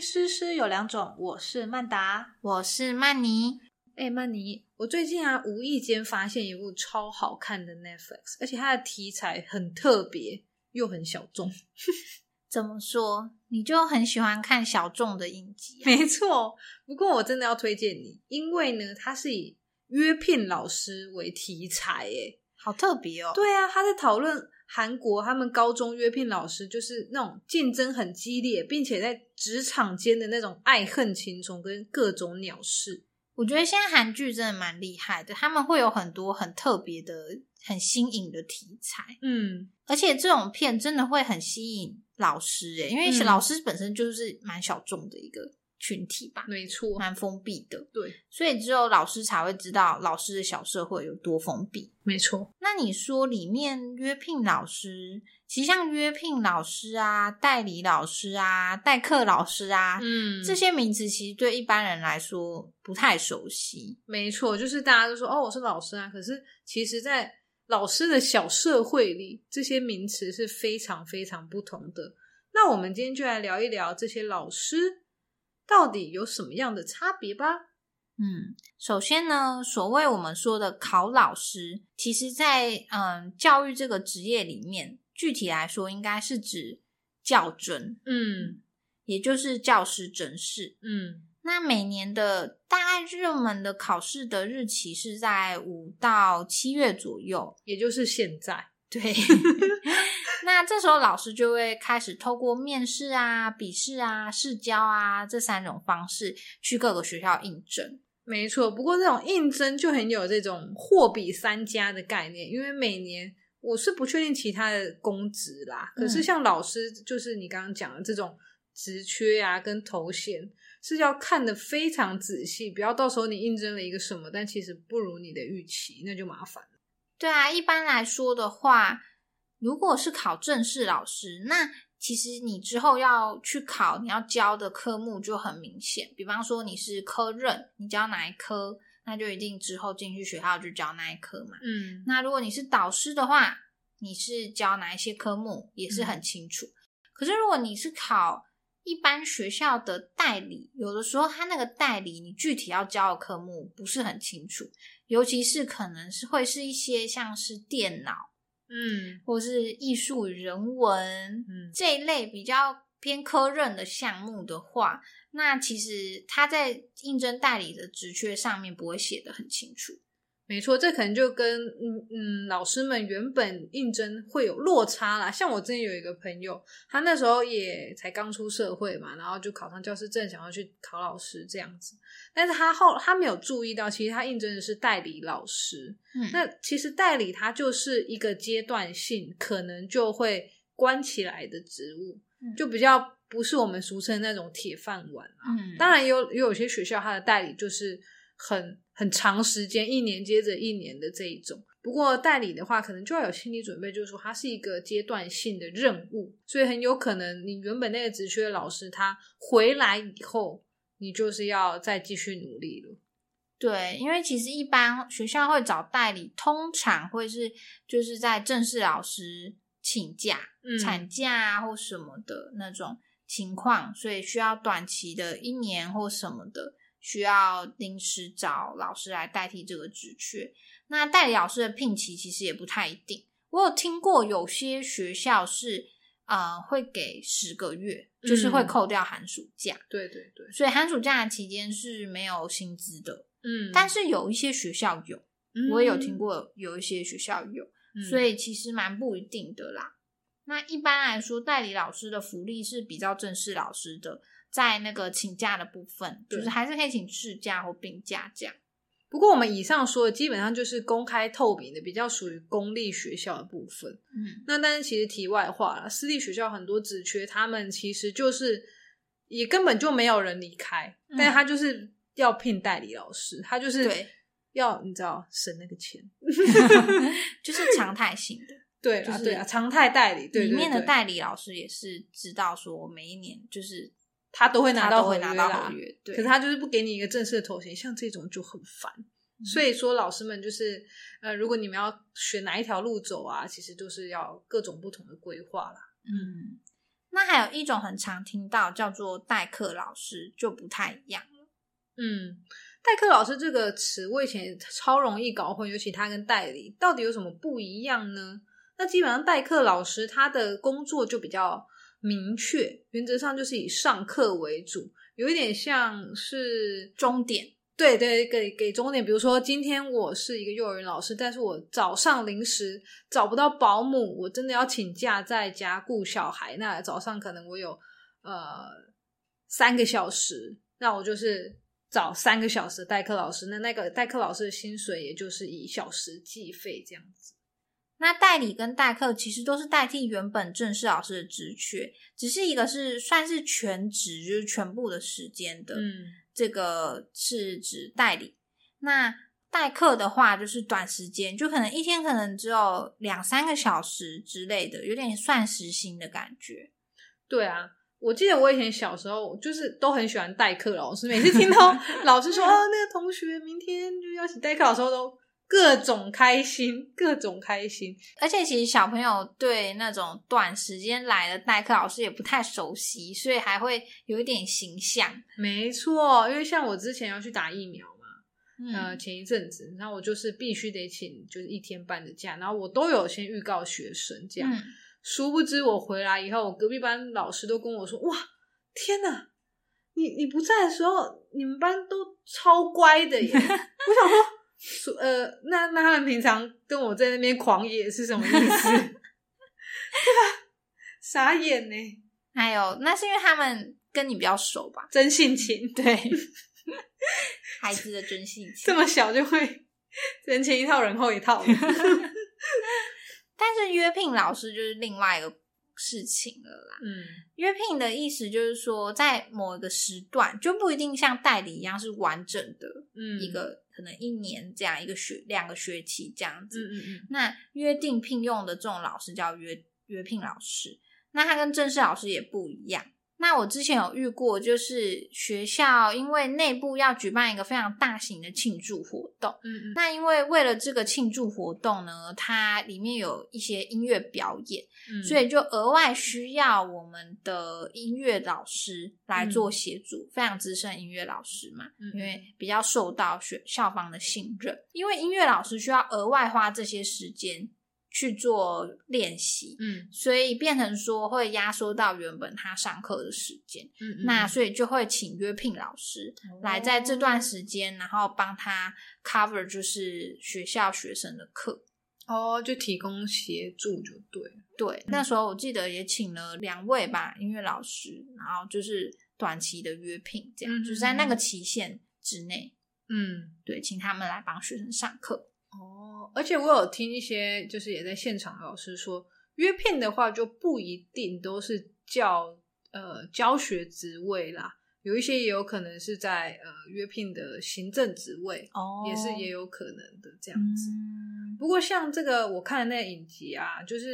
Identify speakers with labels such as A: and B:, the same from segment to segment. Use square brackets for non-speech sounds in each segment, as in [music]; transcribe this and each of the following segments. A: 诗诗有两种，我是曼达。
B: 我是曼妮，
C: 哎、曼妮，我最近啊无意间发现一部超好看的 Netflix，而且它的题材很特别又很小
B: [laughs]
C: 众。
B: 怎么说？你就很喜欢看小众的影集啊、
C: 没错，不过我真的要推荐你，因为呢，它是以约聘老师为题材，哎，
B: 好特别哦。
C: 对啊，他在讨论韩国他们高中约聘老师就是那种竞争很激烈，并且在职场间的那种爱恨情仇跟各种鸟事。
B: 我觉得现在韩剧真的蛮厉害的，他们会有很多很特别的、很新颖的题材，
C: 嗯，
B: 而且这种片真的会很吸引老师欸诶，因为
C: 嗯
B: 老师本身就是蛮小众的一个群体吧，
C: 没错，
B: 蛮封闭的，
C: 对，
B: 所以只有老师才会知道老师的小社会有多封闭。
C: 没错。
B: 那你说里面约聘老师，其实像约聘老师啊、代理老师啊、代课老师啊，
C: 嗯
B: 这些名词其实对一般人来说不太熟悉。
C: 没错，就是大家都说哦，我是老师啊，可是其实，在老师的小社会里，这些名词是非常非常不同的。那我们今天就来聊一聊这些老师到底有什么样的差别吧。
B: 嗯，首先呢，所谓我们说的考老师，其实在嗯教育这个职业里面，具体来说应该是指教甄，
C: 嗯
B: 也就是教师甄试。
C: 嗯
B: 那每年的大概热门的考试的日期是在五到七月左右。
C: 也就是现在， [laughs]
B: 对，那这时候老师就会开始透过面试啊、笔试啊、试教啊这三种方式去各个学校应征。
C: 没错。不过这种应征就很有这种货比三家的概念，因为每年我是不确定其他的公职啦，可是
B: 嗯
C: 像老师，就是你刚刚讲的这种职缺啊，跟头衔。是要看的非常仔细，不要到时候你应征了一个什么，但其实不如你的预期，那就麻烦了。
B: 对啊，一般来说的话，如果是考正式老师，那其实你之后要去考你要教的科目就很明显。比方说你是科任，你教哪一科，那就一定之后进去学校就教那一科嘛。
C: 嗯
B: 那如果你是导师的话，你是教哪一些科目也是很清楚。可是如果你是考一般学校的代理，有的时候他那个代理你具体要教的科目不是很清楚，尤其是可能是会是一些像是电脑
C: 嗯
B: 或是艺术与人文
C: 嗯
B: 这一类比较偏科任的项目的话，那其实他在应征代理的职缺上面不会写得很清楚。
C: 没错，这可能就跟嗯嗯老师们原本应征会有落差啦。像我之前有一个朋友，他那时候也才刚出社会嘛，然后就考上教师证，想要去考老师这样子。但是他后他没有注意到，其实他应征的是代理老师。
B: 嗯，
C: 那其实代理它就是一个阶段性，可能就会关起来的职务，
B: 嗯
C: 就比较不是我们俗称的那种铁饭碗啊。
B: 嗯，
C: 当然也有也有些学校它的代理就是很很长时间，一年接着一年的这一种。不过代理的话，可能就要有心理准备，就是说它是一个阶段性的任务，所以很有可能你原本那个职缺的老师他回来以后，你就是要再继续努力了。
B: 对，因为其实一般学校会找代理，通常会是就是在正式老师请假、
C: 嗯
B: 产假啊或什么的那种情况，所以需要短期的一年或什么的，需要临时找老师来代替这个职缺。那代理老师的聘期其实也不太一定，我有听过有些学校是呃会给十个月，就是会
C: 嗯
B: 扣掉寒暑假，
C: 对对对，
B: 所以寒暑假的期间是没有薪资的。
C: 嗯
B: 但是有一些学校有，我也有听，过有一些学校有，
C: 嗯
B: 所以其实蛮不一定的啦。那一般来说，代理老师的福利是比较正式老师的，在那个请假的部分，
C: 对
B: 就是还是可以请事假或病假这样。
C: 不过我们以上说的基本上就是公开透明的，比较属于公立学校的部分。
B: 嗯，
C: 那但是其实题外话了，私立学校很多职缺，他们其实就是也根本就没有人离开，
B: 嗯
C: 但是他就是要聘代理老师，他就是
B: 对
C: 要你知道省那个钱。
B: 就是常态性的。
C: 对啊，
B: 就是
C: 对啊，常态代理， [laughs] 对
B: 里面的
C: 代
B: 代理老师也是知道说，每一年就是
C: 他都会拿
B: 他
C: 到
B: 都
C: 合
B: 会
C: 约
B: 拿到
C: 啦
B: 合。约，对，
C: 可是他就是不给你一个正式的头衔，像这种就很烦。
B: 嗯
C: 所以说，老师们就是，呃，如果你们要选哪一条路走啊，其实都是要各种不同的规划啦。
B: 嗯，那还有一种很常听到叫做代课老师，就不太一样。
C: 嗯，代课老师这个词我以前也超容易搞混，尤其他跟代理到底有什么不一样呢？那基本上代课老师他的工作就比较明确，原则上就是以上课为主，有一点像是
B: 终点，
C: 对对，给给终点。比如说，今天我是一个幼儿园老师，但是我早上临时找不到保姆，我真的要请假在家顾小孩。那早上可能我有呃三个小时，那我就是找三个小时的代课老师。那那个代课老师的薪水，也就是以小时计费这样子。
B: 那代理跟代课其实都是代替原本正式老师的职缺，只是一个是算是全职，就是全部的时间的，
C: 嗯，
B: 这个是指代理。那代课的话，就是短时间，就可能一天可能只有两三个小时之类的，有点算时薪的感觉。
C: 对啊，我记得我以前小时候就是都很喜欢代课老师，每次听
B: [laughs]
C: 到老师说啊那个同学明天就要请代课，老师都各种开心，各种开心。
B: 而且其实小朋友对那种短时间来的代课老师也不太熟悉，所以还会有一点形象。
C: 没错，因为像我之前要去打疫苗嘛，呃，
B: 嗯，
C: 前一阵子，然后我就是必须得请就是一天半的假，然后我都有先预告学生这样。
B: 嗯
C: 殊不知我回来以后，我隔壁班老师都跟我说：“哇，天哪！你你不在的时候，你们班都超乖
B: [laughs]
C: 的耶。”我想说， [laughs] 说呃，那那他们平常跟我在那边狂野是什么意思？ [laughs] 对吧？傻眼呢，
B: 还有那是因为他们跟你比较熟吧？
C: 真性情，
B: [laughs] 对，孩子的真性
C: [laughs]
B: 情
C: 这。么小就会 [laughs] 人前一套，人后一套
B: [laughs]
C: 了。嗯
B: 但是约聘老师就是另外一个事情了啦。
C: 嗯，
B: 约聘的意思就是说，在某一个时段就不一定像代理一样是完整的
C: 嗯
B: 一个，可能一年这样一个学两个学期这样
C: 嗯
B: 子。
C: 嗯嗯，
B: 那约定聘用的这种老师叫约约聘老师，那他跟正式老师也不一样。那我之前有遇过，就是学校因为内部要举办一个非常大型的庆祝活动，
C: 嗯嗯
B: 那因为为了这个庆祝活动呢，它里面有一些音乐表演，
C: 嗯，
B: 所以就额外需要我们的音乐老师来做协助，非常资深音乐老师嘛，
C: 嗯
B: 因为比较受到学校方的信任，因为音乐老师需要额外花这些时间去做练习。
C: 嗯
B: 所以变成说会压缩到原本他上课的时间，
C: 嗯嗯，
B: 那所以就会请约聘老师来在这段时间，然后帮他 cover 就是学校学生的课。
C: 哦，就提供协助就对了。
B: 对，那时候我记得也请了两位吧音乐老师，然后就是短期的约聘，这样、
C: 嗯
B: 就是在那个期限之内，
C: 嗯，
B: 对，请他们来帮学生上课。
C: 哦，而且我有听一些就是也在现场的老师说，约聘的话就不一定都是教呃教学职位啦，有一些也有可能是在呃约聘的行政职位，
B: 哦嗯
C: 也是也有可能的这
B: 这
C: 样子。不过像这个我看的那个影集啊，就是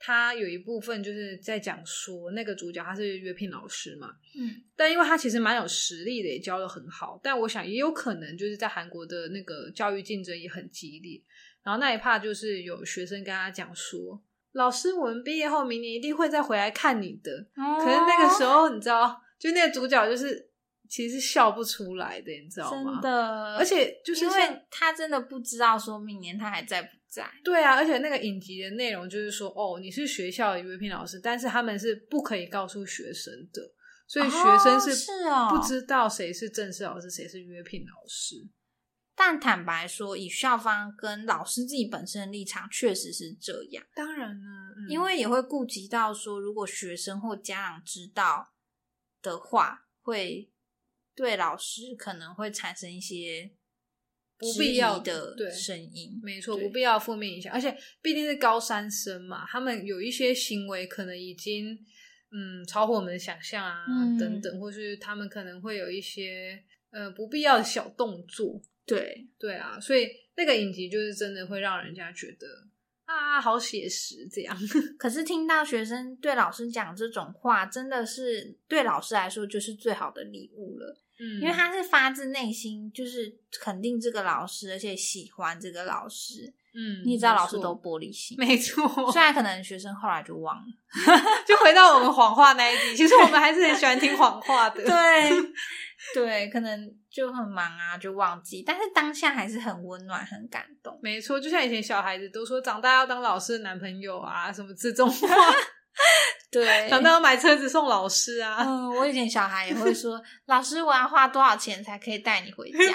C: 它有一部分就是在讲说那个主角他是约聘老师嘛，
B: 嗯
C: 但因为他其实蛮有实力的，也教的很好。但我想也有可能就是在韩国的那个教育竞争也很激烈，然后那一怕就是有学生跟他讲说：“老师，我们毕业后明年一定会再回来看你的。”
B: 嗯，
C: 可是那个时
B: 候
C: 候你知道，就那个主角就是其实笑不出来的，你知道吗？
B: 真，的，
C: 而且就是
B: 因
C: 像
B: 为他真的不知道说明年他还在不在。
C: 对啊，而且那个影集的内容就是说，哦，你是学校的约聘老师，但是他们是不可以告诉学生的，所以学生
B: 哦是哦
C: 不知道谁是正式老师，谁是约聘老师。
B: 但坦白说，以校方跟老师自己本身的立场，确实是这样，
C: 当然呢，嗯
B: 因为也会顾及到说，如果学生或家长知道的话，会对老师可能会产生一些
C: 不
B: 质
C: 必
B: 疑
C: 要的
B: 的
C: 对
B: 声音。
C: 没错，
B: 对
C: 不必要负面影响，而且毕竟是高三生嘛，他们有一些行为可能已经嗯超乎我们的想象啊，
B: 嗯
C: 等等，或是他们可能会有一些呃不必要的小动作，
B: 对，
C: 对啊，所以那个影集就是真的会让人家觉得啊，好写实这样。
B: 可是听到学生对老师讲这种话，真的是对老师来说就是最好的礼物了，
C: 嗯
B: 因为他是发自内心，就是肯定这个老师，而且喜欢这个老师。
C: 嗯，
B: 你也知道，老师
C: 没
B: 都
C: 错
B: 玻璃心，
C: 没错，
B: 虽然可能学生后来就
C: [laughs]
B: 忘了。
C: 就回到我们谎话那一集，其实我们还是很喜欢听谎话的。
B: [laughs] 对对，可能就很忙啊，就忘记。但是当下还是很温暖，很感动。
C: 没错，就像以前小孩子都说长大要当老师的男朋友啊，什么这种话，
B: [laughs] 对，
C: 长大要买车子送老师啊。
B: 嗯，我以前小孩也会说，老师我要花多少钱才可以带你回家？ [laughs]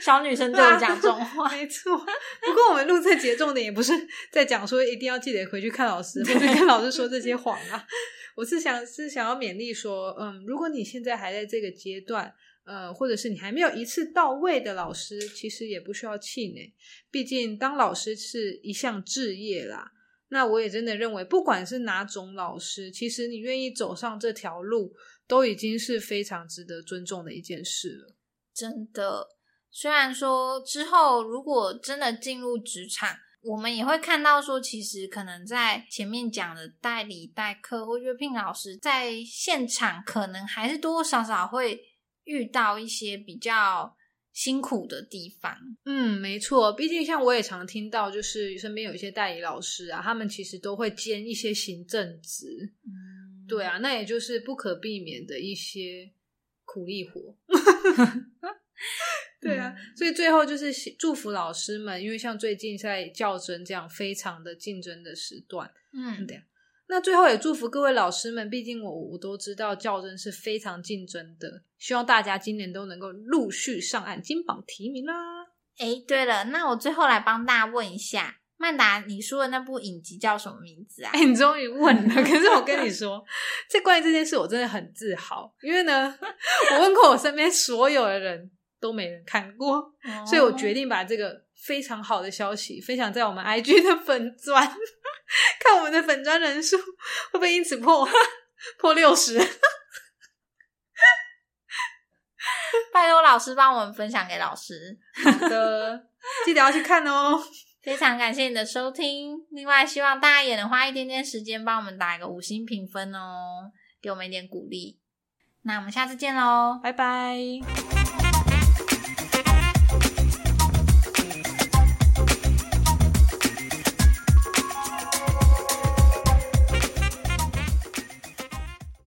B: 小女生对我讲这种话，
C: 没错， [laughs] 不过我们录这节重点也不是在讲说一定要记得回去看老师，或者跟老师说这些谎啊。我是想是想要勉励说，嗯，如果你现在还在这个阶段，呃，或者是你还没有一次到位的老师，其实也不需要气馁，毕竟当老师是一项职业啦。那我也真的认为，不管是哪种老师，其实你愿意走上这条路，都已经是非常值得尊重的一件事了。
B: 真的。虽然说之后如果真的进入职场，我们也会看到说，其实可能在前面讲的代理、代课或约聘老师，在现场可能还是多多少少会遇到一些比较辛苦的地方。
C: 嗯，没错，毕竟像我也常听到，就是身边有一些代理老师啊，他们其实都会兼一些行政职，
B: 嗯
C: 对，啊，那也就是不可避免的一些苦力活。 [laughs] 对啊，
B: 嗯
C: 所以最后就是希祝福老师们，因为像最近在较真这样非常的竞争的时段，
B: 嗯，
C: 对那最后也祝福各位老师们，毕竟我我都知道较真是非常竞争的，希望大家今年都能够陆续上岸，金榜题名啦。
B: 诶，对了，那我最后来帮大家问一下，曼达，你说的那部影集叫什么名字啊
C: 哎、？你终于问 [laughs] 了。可是我跟你说，这关于这件事，我真的很自豪，因为呢，我问过我身边所有的人都没人看过，所以我决
B: 定
C: 定把这个非常好的消息分享在我们 IG 的粉砖， [laughs] 看我们的粉砖人数会不会因此破破六十。
B: 拜托老师帮我们分享给老师。
C: 好的，记得要去看哦。
B: 非常感谢你的收听，另外希望大家也能花一点点时间帮我们打一个五星评分哦，给我们一点鼓励。那我们下次见喽，
C: 拜拜。